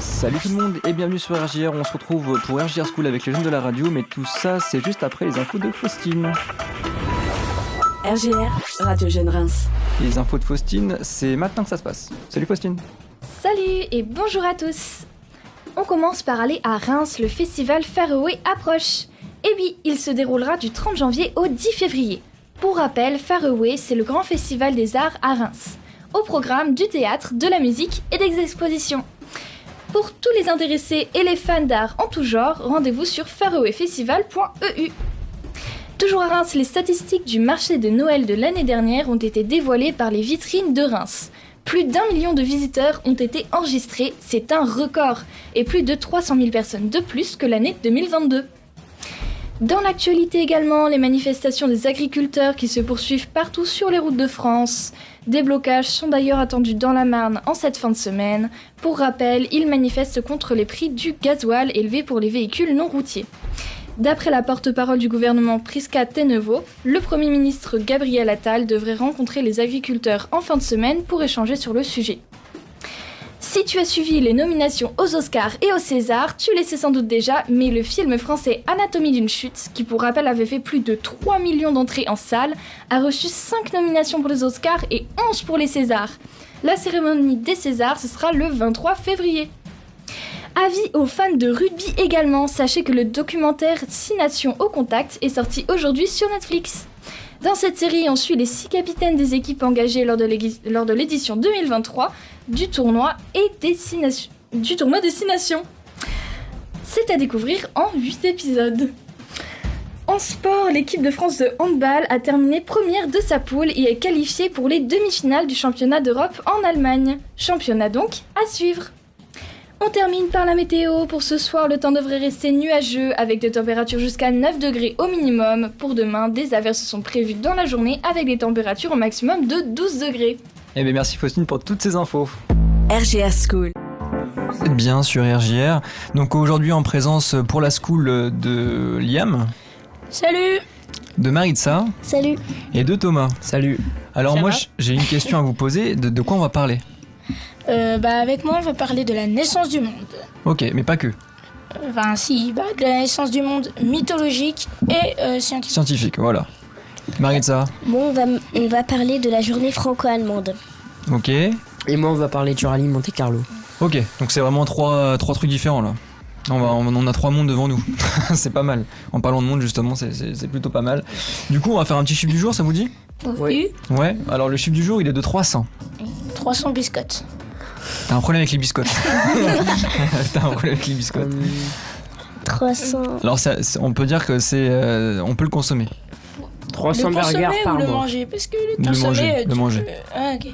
Salut tout le monde et bienvenue sur RJR. On se retrouve pour RJR School avec les jeunes de la radio, mais tout ça, c'est juste après les infos de Faustine. RGR, Radio Jeune Reims. Les infos de Faustine, c'est maintenant que ça se passe. Salut Faustine. Salut et bonjour à tous. On commence par aller à Reims, le festival Faroé approche. Et oui, il se déroulera du 30 janvier au 10 février. Pour rappel, Faroé, c'est le grand festival des arts à Reims. Au programme du théâtre, de la musique et des expositions. Pour tous les intéressés et les fans d'art en tout genre, rendez-vous sur faroefestival.eu. Toujours à Reims, les statistiques du marché de Noël de l'année dernière ont été dévoilées par les vitrines de Reims. Plus d'un million de visiteurs ont été enregistrés, c'est un record, et plus de 300 000 personnes de plus que l'année 2022. Dans l'actualité également, les manifestations des agriculteurs qui se poursuivent partout sur les routes de France. Des blocages sont d'ailleurs attendus dans la Marne en cette fin de semaine. Pour rappel, ils manifestent contre les prix du gasoil élevés pour les véhicules non routiers. D'après la porte-parole du gouvernement Prisca Tennevo, le Premier ministre Gabriel Attal devrait rencontrer les agriculteurs en fin de semaine pour échanger sur le sujet. Si tu as suivi les nominations aux Oscars et aux Césars, tu les sais sans doute déjà, mais le film français Anatomie d'une chute, qui pour rappel avait fait plus de 3 millions d'entrées en salle, a reçu 5 nominations pour les Oscars et 11 pour les Césars. La cérémonie des Césars, ce sera le 23 février. Avis aux fans de rugby également, sachez que le documentaire Six Nations au contact est sorti aujourd'hui sur Netflix. Dans cette série, on suit les six capitaines des équipes engagées lors de l'égui- lors de l'édition 2023 du tournoi et des six nations- du tournoi des six nations. C'est à découvrir en 8 épisodes. En sport, l'équipe de France de handball a terminé première de sa poule et est qualifiée pour les demi-finales du championnat d'Europe en Allemagne. Championnat donc à suivre. On termine par la météo. Pour ce soir, le temps devrait rester nuageux avec des températures jusqu'à 9 degrés au minimum. Pour demain, des averses sont prévues dans la journée avec des températures au maximum de 12 degrés. Eh bien merci Faustine pour toutes ces infos. RGR School. Vous êtes bien sur RJR. Donc aujourd'hui en présence pour la school de Liam, Salut de Maritza Salut et de Thomas. Salut. Alors Ça moi va j- j'ai une question à vous poser. De, de quoi on va parler euh, Bah avec moi on va parler de la naissance du monde. Ok, mais pas que. Enfin si, bah, de la naissance du monde mythologique et euh, scientifique. Scientifique, voilà. Maritza, Bon, on va, on va parler de la journée franco-allemande. ok. Et moi, on va parler de Rallye Monte Carlo. Ok, donc c'est vraiment trois, trois trucs différents là. On, va, on on a trois mondes devant nous. c'est pas mal. En parlant de monde, justement, c'est- c'est c'est plutôt pas mal. Du coup, on va faire un petit chiffre du jour, ça vous dit Oui. Ouais. Alors, le chiffre du jour, il est de 300. 300 biscottes. T'as un problème avec les biscottes. T'as un problème avec les biscottes. Euh, 300. Alors, ça- c'est- on peut dire que c'est. euh, on peut le consommer. 300 le consommer burgers par ou le mois. manger Parce que le Le consommer... manger, euh, le tu manger. peux- Ah ok.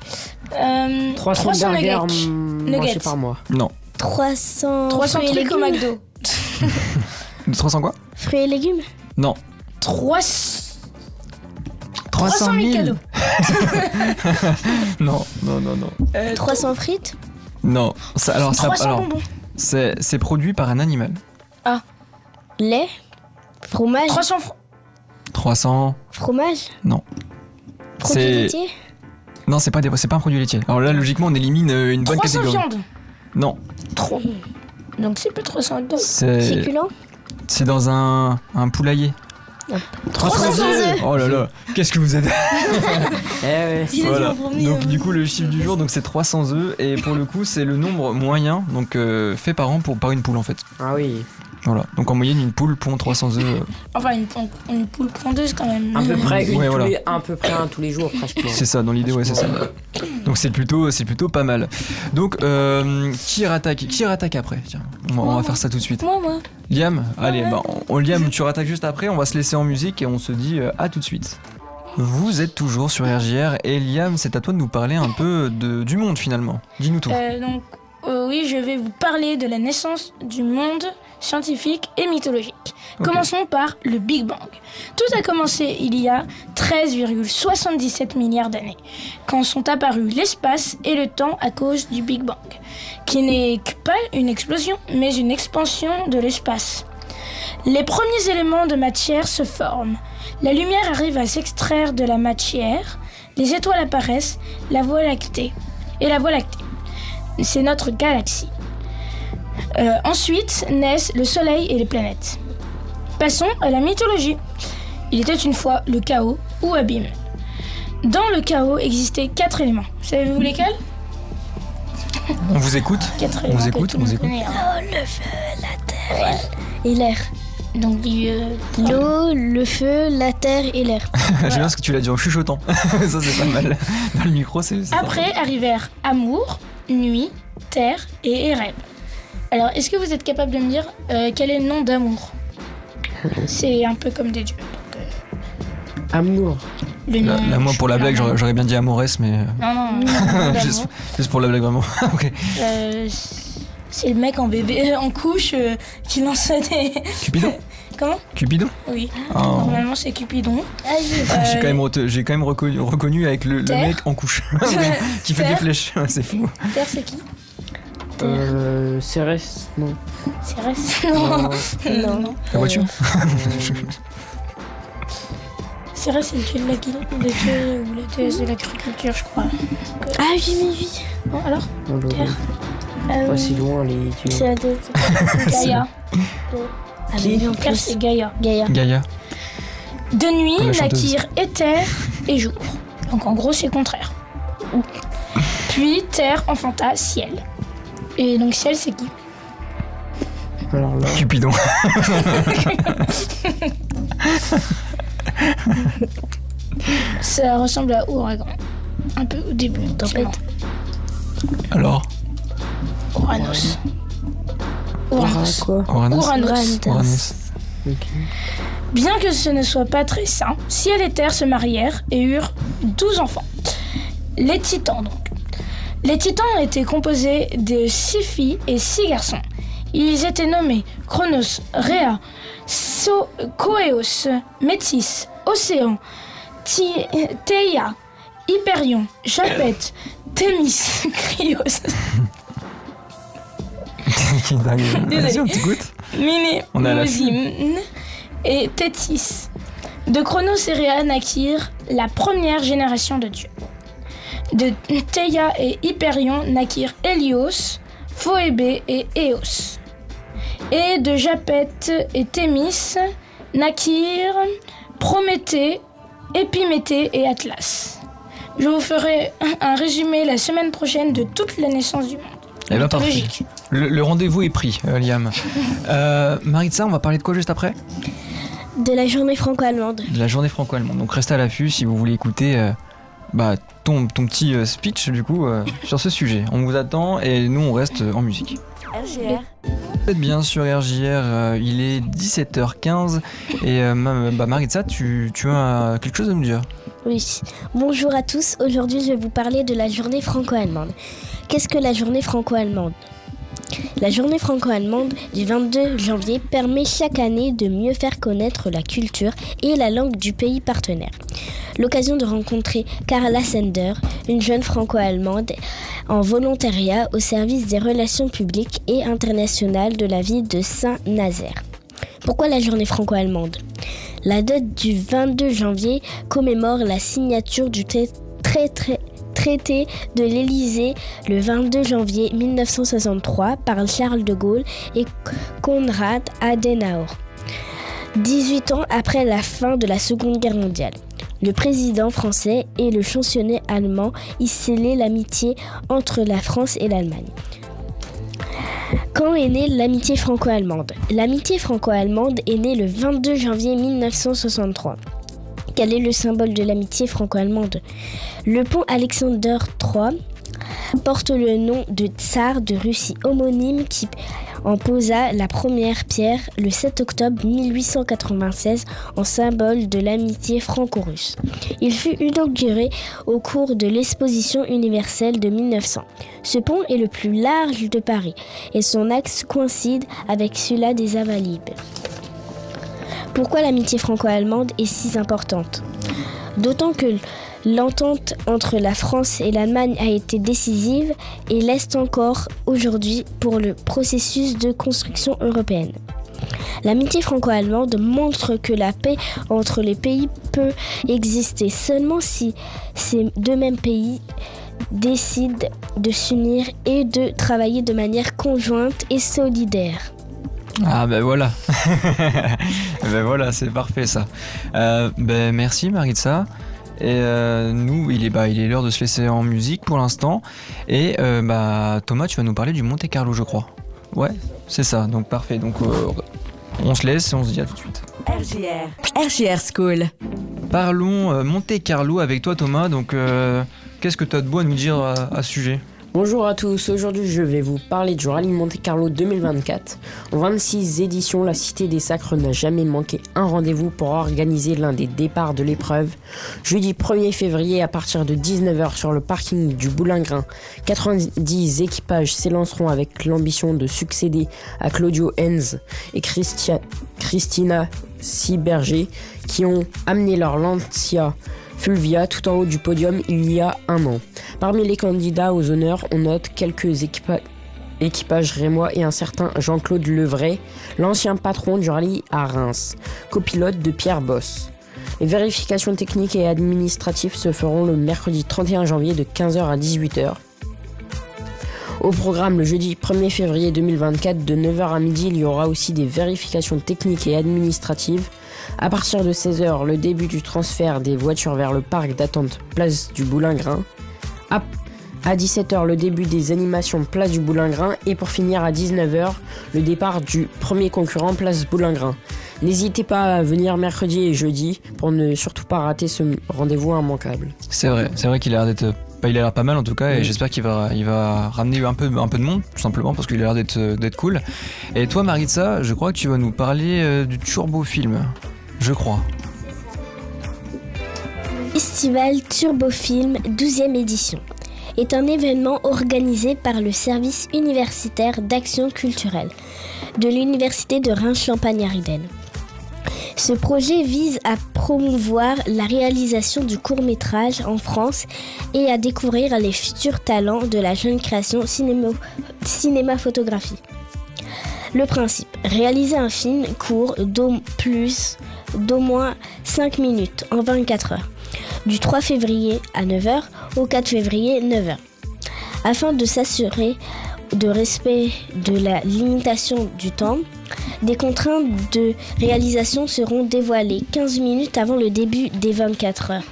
Euh, 300, 300 burgers nuggets. mm, Nuggets. mangés par mois. Non. 300. 300 fruits et trucs au légumes. McDo. 300 quoi Fruits et légumes Non. 300... 300 000 cadeaux. Non, non, non, non. 300 frites Non. Ça- alors, ça, 300 alors euh, bonbons. c'est c'est produit par un animal. Lait Fromage 300 francs. 300. Fromage Non. Produits C'est- laitiers Non, c'est pas, des- c'est pas un produit laitier. Alors là, logiquement, on élimine euh, une bonne 300 catégorie. viandes. Non, Trois. Donc c'est pas 300 hot dogs. c'est Féculents c'est dans un, un poulailler. 300 œufs. Oh là là, qu'est-ce que vous êtes Eh ouais. Voilà. Donc du coup le chiffre du jour donc c'est 300 œufs et pour le coup c'est le nombre moyen donc euh, fait par an pour par une poule en fait. Ah oui. Voilà. Donc en moyenne une poule pond 300 œufs. euh, Enfin une, pon- une poule pondeuse quand même. Euh, À peu près, une Ouais, tous voilà. les- à peu près un tous les jours, presque. C'est ça dans l'idée ouais c'est ça. Donc c'est plutôt c'est plutôt pas mal. Donc euh, qui rattaque qui rattaque après Tiens, on va, on va faire ça tout de suite. Moi moi. Liam, allez bah on- on, Liam tu rattaques juste après, on va se laisser en musique et on se dit euh, à tout de suite. Vous êtes toujours sur RJR et Liam, c'est à toi de nous parler un peu de, du monde finalement. Dis-nous tout. Euh, donc, euh, oui, je vais vous parler de la naissance du monde scientifique et mythologique. Ok. Commençons par le Big Bang. Tout a commencé il y a 13,77 milliards d'années, quand sont apparus l'espace et le temps à cause du Big Bang, qui n'est que pas une explosion, mais une expansion de l'espace. Les premiers éléments de matière se forment. La lumière arrive à s'extraire de la matière, les étoiles apparaissent, la Voie lactée. Et la Voie lactée c'est notre galaxie. Euh, ensuite naissent le Soleil et les planètes. Passons à la mythologie. Il était une fois le chaos ou abîme. Dans le chaos existaient quatre éléments. Savez-vous lesquels On vous écoute Quatre On éléments vous que écoute, tout on le vous monde écoute. connaît, hein. Oh, Et l'air. Donc du, euh, L'eau, le feu, la terre et l'air. J'aime bien ce que tu l'as dit en chuchotant. ça, c'est pas mal. Dans le micro, c'est. c'est Après arrivèrent amour, nuit, terre et Ereb. Alors, est-ce que vous êtes capable de me dire euh, quel est le nom d'amour C'est un peu comme des dieux. donc, euh, Amour. ça. le Là, nom- là, moi, pour la blague, j'aurais j'aurais bien dit Amores, mais. Non, Ah, bah, non, le nom juste, d'amour, juste pour la blague, vraiment. ok. euh, c'est le mec en bébé, en couche, euh, qui lance des. Cupidon Comment Cupidon Oui. Oh. Normalement, c'est Cupidon. Ah, J'ai Euh, quand même, rete- j'ai quand même reconnu, reconnu avec le, le Terre. mec en couche qui fait des Terre. flèches. Ouais, c'est fou. Terre, c'est qui Mm. Euh, Cérès. Non. euh, C'est Reste. Oh. Non. Non, non. La voiture C'est Reste, c'est le dieu de l'agriculture, le dieu ou la déesse de l'agriculture, je crois. Ah oui, mais oui. Bon, alors Non, non, non. Euh, Pas si loin, les dieux. Ah C'est la terre. Gaïa. Ah, mais oui, en Terre, plus. c'est Gaïa. Gaïa. Gaïa. De Comme nuit, la chanteuse. naquirent éther et jour. Donc en gros, c'est le contraire. Puis terre enfanta ciel. Et donc ciel, c'est qui Alors là. Cupidon. Ça ressemble à ouragan. Un peu au début. Tempête. Alors Uranus. Uranus. quoi Uranus Uranus. Uranus. Ok. Bien que ce ne soit pas très sain, ciel et terre se marièrent et eurent 12 enfants. Les titans, donc. Les titans étaient composés de 6 filles et 6 garçons. Ils étaient nommés Chronos, Rhea, So- Coeos, Métis, Océan, Ti- Theia, Hyperion, Japet, Thémis, Cryos, Qui est dingue. Vas-y, on t'écoute. Miné, On est à l'affût. Mosime et Tétis. De Chronos et Rhea naquirent la première génération de dieux. De Theia et Hyperion naquirent Hélios, Phoébé et Eos. Et de Japet et Thémis naquirent Prométhée, Épiméthée et Atlas. Je vous ferai un résumé la semaine prochaine de toute la naissance du monde. Eh ben, parfait. Mythologique. Le, le rendez-vous est pris, euh, Liam. Euh, Maritza, on va parler de quoi juste après De la journée franco-allemande. De la journée franco-allemande. Donc restez à l'affût si vous voulez écouter euh, bah, ton, ton petit euh, speech du coup euh, sur ce sujet. On vous attend et nous on reste euh, en musique. RGR. Vous êtes bien sur RJR, euh, il est 17h15 et euh, ma- bah, Maritza, tu, tu as quelque chose à nous dire Oui. Bonjour à tous. Aujourd'hui, je vais vous parler de la journée franco-allemande. Qu'est-ce que la journée franco-allemande La journée franco-allemande du 22 janvier permet chaque année de mieux faire connaître la culture et la langue du pays partenaire. L'occasion de rencontrer Carla Sender, une jeune franco-allemande en volontariat au service des relations publiques et internationales de la ville de Saint-Nazaire. Pourquoi la journée franco-allemande la date du 22 janvier commémore la signature du trai- trai- trai- traité de l'Élysée le 22 janvier 1963 par Charles de Gaulle et Konrad Adenauer. 18 ans après la fin de la Seconde Guerre mondiale, le président français et le chansonnier allemand y scellaient l'amitié entre la France et l'Allemagne. Quand est née l'amitié franco-allemande L'amitié franco-allemande est née le 22 janvier 1963. Quel est le symbole de l'amitié franco-allemande Le pont Alexander III porte le nom de tsar de Russie homonyme qui en posa la première pierre le 7 octobre 1896 en symbole de l'amitié franco-russe. Il fut inauguré au cours de l'exposition universelle de 1900. Ce pont est le plus large de Paris et son axe coïncide avec celui-là des Invalides. Pourquoi l'amitié franco-allemande est si importante D'autant que l'entente entre la France et l'Allemagne a été décisive et l'est encore aujourd'hui pour le processus de construction européenne. L'amitié franco-allemande montre que la paix entre les pays peut exister seulement si ces deux mêmes pays décident de s'unir et de travailler de manière conjointe et solidaire. Ah ben voilà. ben voilà, c'est parfait ça. Euh, ben merci Maritza. Et euh, nous, il est bah, il est l'heure de se laisser en musique pour l'instant. Et euh, bah Thomas, tu vas nous parler du Monte Carlo, je crois. Ouais, c'est ça. Donc parfait. Donc euh, on se laisse et on se dit à tout de suite. RJR. RJR School. Parlons euh, Monte Carlo avec toi Thomas. Donc euh, qu'est-ce que tu as de beau à nous dire à, à ce sujet Bonjour à tous, aujourd'hui je vais vous parler du Rallye Monte Carlo 2024. En 26 éditions, la Cité des Sacres n'a jamais manqué un rendez-vous pour organiser l'un des départs de l'épreuve. Jeudi 1er février à partir de 19h sur le parking du Boulingrin, 90 équipages s'élanceront avec l'ambition de succéder à Claudio Henz et Christia- Christina Siberger qui ont amené leur Lancia Fulvia tout en haut du podium il y a un an. Parmi les candidats aux honneurs, on note quelques équipa- équipages rémois et un certain Jean-Claude Levray, l'ancien patron du rallye à Reims, copilote de Pierre Boss. Les vérifications techniques et administratives se feront le mercredi 31 janvier de 15h à 18h. Au programme le jeudi 1er février 2024 de 9h à midi, il y aura aussi des vérifications techniques et administratives. À partir de 16h, le début du transfert des voitures vers le parc d'attente Place du Boulingrin. À, à 17h, le début des animations Place du Boulingrin. Et pour finir à 19h, le départ du premier concurrent Place Boulingrin. N'hésitez pas à venir mercredi et jeudi pour ne surtout pas rater ce rendez-vous immanquable. C'est vrai, c'est vrai qu'il a l'air d'être. bah, il a l'air pas mal en tout cas, et Oui. j'espère qu'il va, il va ramener un peu, un peu de monde, tout simplement, parce qu'il a l'air d'être, euh, d'être cool. Et toi, Maritza, je crois que tu vas nous parler euh, du Turbo Film. Je crois. Festival Turbofilm 12e édition est un événement organisé par le service universitaire d'action culturelle de l'université de Reims-Champagne-Ardenne. Ce projet vise à promouvoir la réalisation du court-métrage en France et à découvrir les futurs talents de la jeune création cinémo- cinéma-photographie. Le principe, réaliser un film court d'au plus d'au moins 5 minutes en 24 heures du 3 février à 9h au 4 février 9h. Afin de s'assurer de respect de la limitation du temps, des contraintes de réalisation seront dévoilées 15 minutes avant le début des 24 heures.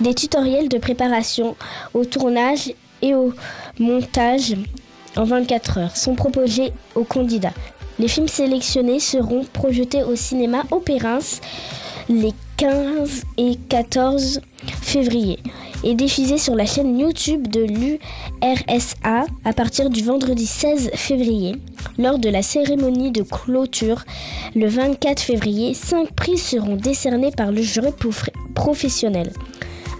Des tutoriels de préparation au tournage et au montage en 24 heures sont proposés aux candidats. Les films sélectionnés seront projetés au cinéma Opérins les 15 et 14 février et diffusé sur la chaîne YouTube de l'URSA à partir du vendredi 16 février. Lors de la cérémonie de clôture, le 24 février, 5 prix seront décernés par le jury pouf- professionnel.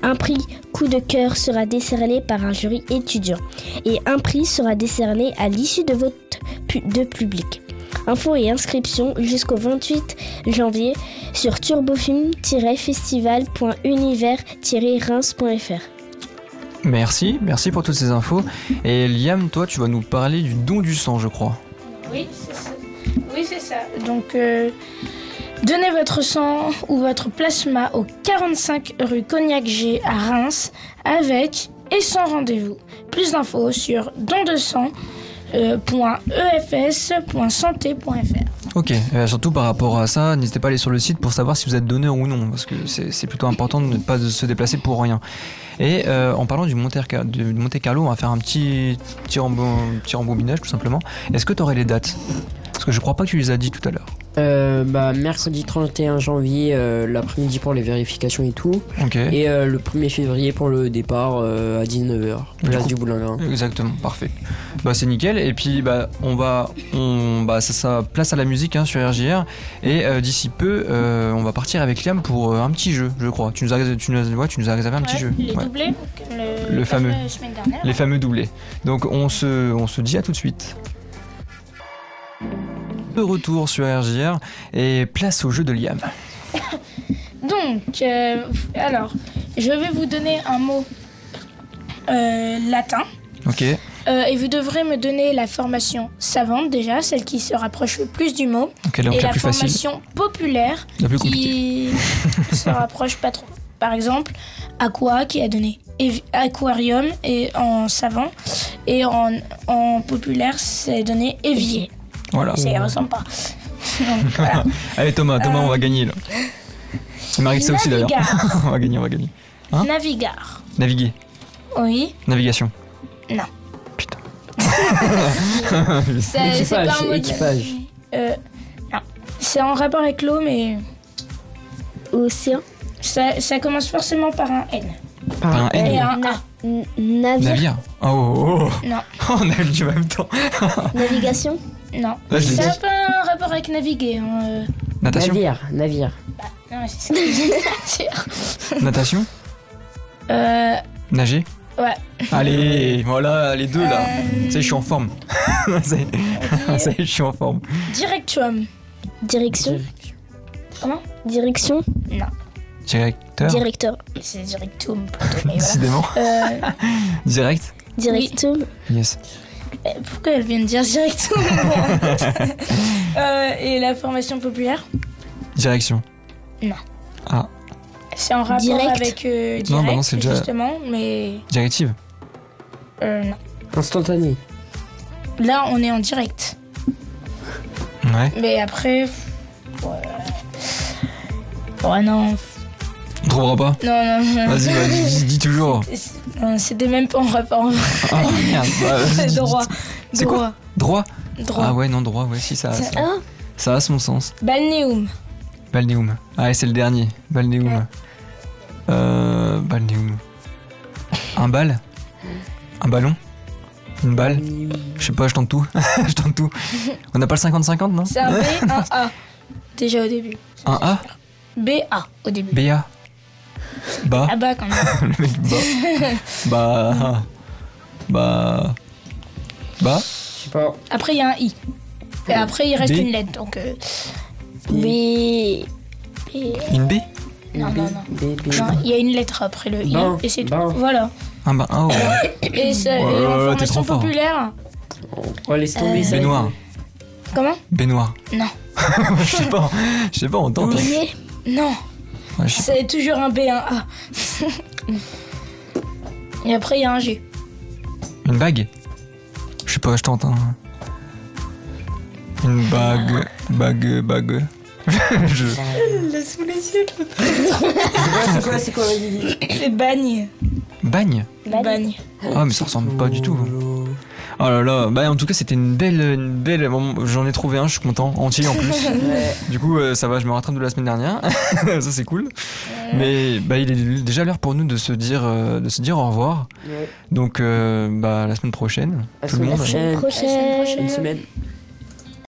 Un prix coup de cœur sera décerné par un jury étudiant et un prix sera décerné à l'issue de vote pu- de public. Infos et inscriptions jusqu'au 28 janvier sur turbofilm-festival.univers-reims.fr. Merci, merci pour toutes ces infos. Et Liam, toi, tu vas nous parler du don du sang, je crois. Oui, c'est ça. Oui, c'est ça. Donc, euh, donnez votre sang ou votre plasma au 45 rue Cognac G à Reims avec et sans rendez-vous. Plus d'infos sur euh, E dondesang.efs.santé.fr. Ok, euh, surtout par rapport à ça, n'hésitez pas à aller sur le site pour savoir si vous êtes donneur ou non, parce que c'est c'est plutôt important de ne pas se déplacer pour rien. Et euh, en parlant du Monte, du Monte Carlo, on va faire un petit, petit, rembo- petit rembobinage tout simplement. Est-ce que tu aurais les dates Parce que je crois pas que tu les as dit tout à l'heure. Euh, bah, mercredi 31 janvier, euh, l'après-midi pour les vérifications et tout. Ok. Et euh, le 1er février pour le départ euh, à 19h, Du place coup- du Boulingrin. Exactement, parfait. Bah c'est nickel. Et puis bah on va, on bah ça, ça place à la musique hein, sur RJR. Et euh, d'ici peu, euh, on va partir avec Liam pour euh, un petit jeu, je crois. Tu nous as, tu nous as, ouais, tu nous as réservé un petit jeu. Les Ouais. doublés, le, Le fameux. la semaine dernière. Les fameux doublés. Donc on se, on se dit à tout de suite. De retour sur RJR et place au jeu de Liam. Donc, euh, alors, je vais vous donner un mot euh, latin. Ok, Euh, et vous devrez me donner la formation savante déjà, celle qui se rapproche le plus du mot, ok, donc et la la plus facile, formation populaire la plus compliquée. qui se rapproche pas trop. Par exemple, Aqua qui a donné évi- aquarium et en savant et en, en populaire c'est donné évier. Voilà. Ça y ressemble pas. Donc, voilà. Allez Thomas, Thomas, Euh, on va gagner là. C'est Maritza aussi d'ailleurs. Navigare. on va gagner, on va gagner. Hein Navigare. Naviguer, Oui. navigation. Non. Putain. C'est c'est pas un mot. équipage. Euh, non. C'est en rapport avec l'eau mais Océan. ça, ça commence forcément par un N Pas un N. Ah. Ah. et un A. N- navire. Navire. Oh, oh, oh. Non. Oh, on a eu du même temps. Navigation. Non. Là, je l'ai ça dit. n'a pas un rapport avec naviguer. hein, euh. Natation. Navire, navire. Non, mais c'est ce que j'ai dit. Natation. Euh, Nager. ouais. Allez, voilà les deux là. Euh. Ça y est, je suis en forme. Ça y est, ça y est, je suis en forme. Directuum. Direction. Comment Direction. Non. Directeur. Directeur. C'est directum. plutôt, mais voilà. Décidément. Euh, Direct. Directum. Yes. euh, pourquoi elle vient de dire directum Euh, Et la formation populaire Direction. C'est en rapport Direct. avec euh, direct, Non, bah non, c'est déjà- justement, mais Directive. euh, non. Instantané. Là, on est en direct. Ouais. Mais après... Ouais, Ouais, non. On trouvera pas. Non, non, non. Vas-y, bah, dis, dis- dis toujours. C'est- euh, C'était même pas en rapport. Ah merde. Bah, vas-y, dis- droit. C'est Droit. quoi Droit. Droit. Ah ouais, non, droit, ouais, si, ça, ça, Ah. ça a son sens. Balnéum. Balnéum. Allez, c'est le dernier. Balnéum. Euh, balnéum. Un bal Un ballon Une balle Je sais pas, je tente tout. je tente tout. On n'a pas le 50-50, non C'est un B, un A. Déjà au début. Un A B, A au début. BA Bah Ah bah quand même. Le mec, bah. Bah. Bah. Bah. Je sais pas. Après, il y a un I. Et après, il reste B. une lettre. Donc, euh, B. Une B non, non, non. Bébé. Non, il y a une lettre après le I. Ben, et c'est tout. ben. Voilà. Un ba- Ah ouais. Et, ça, Ouais, et ouais, en ouais, t'es trop formation fort. populaire. Oh, laisse tomber ça. Baignoire. Comment Baignoire. Non. je sais pas. Je sais pas, on tente. hein. Oublié. Non. Ouais, je- C'est toujours un B, un A. et après, il y a un G. Une bague Je sais pas, je tente. Hein. Une bague, bague, bague. je... Là, sous les yeux. Ouais, C'est quoi, c'est quoi, vas-y. C'est bagne. Bagne Bagne. Ah, mais ça ressemble pas du tout. Oh là là, bah en tout cas, c'était une belle. Une belle... bon, J'en ai trouvé un, je suis content, entier en plus. du coup, euh, ça va, je me rattrape de la semaine dernière. ça, c'est cool. Mais bah, il est déjà l'heure pour nous de se dire, euh, de se dire au revoir. Ouais. Donc, euh, bah, la semaine prochaine. À tout le monde. Prochaine. Une semaine.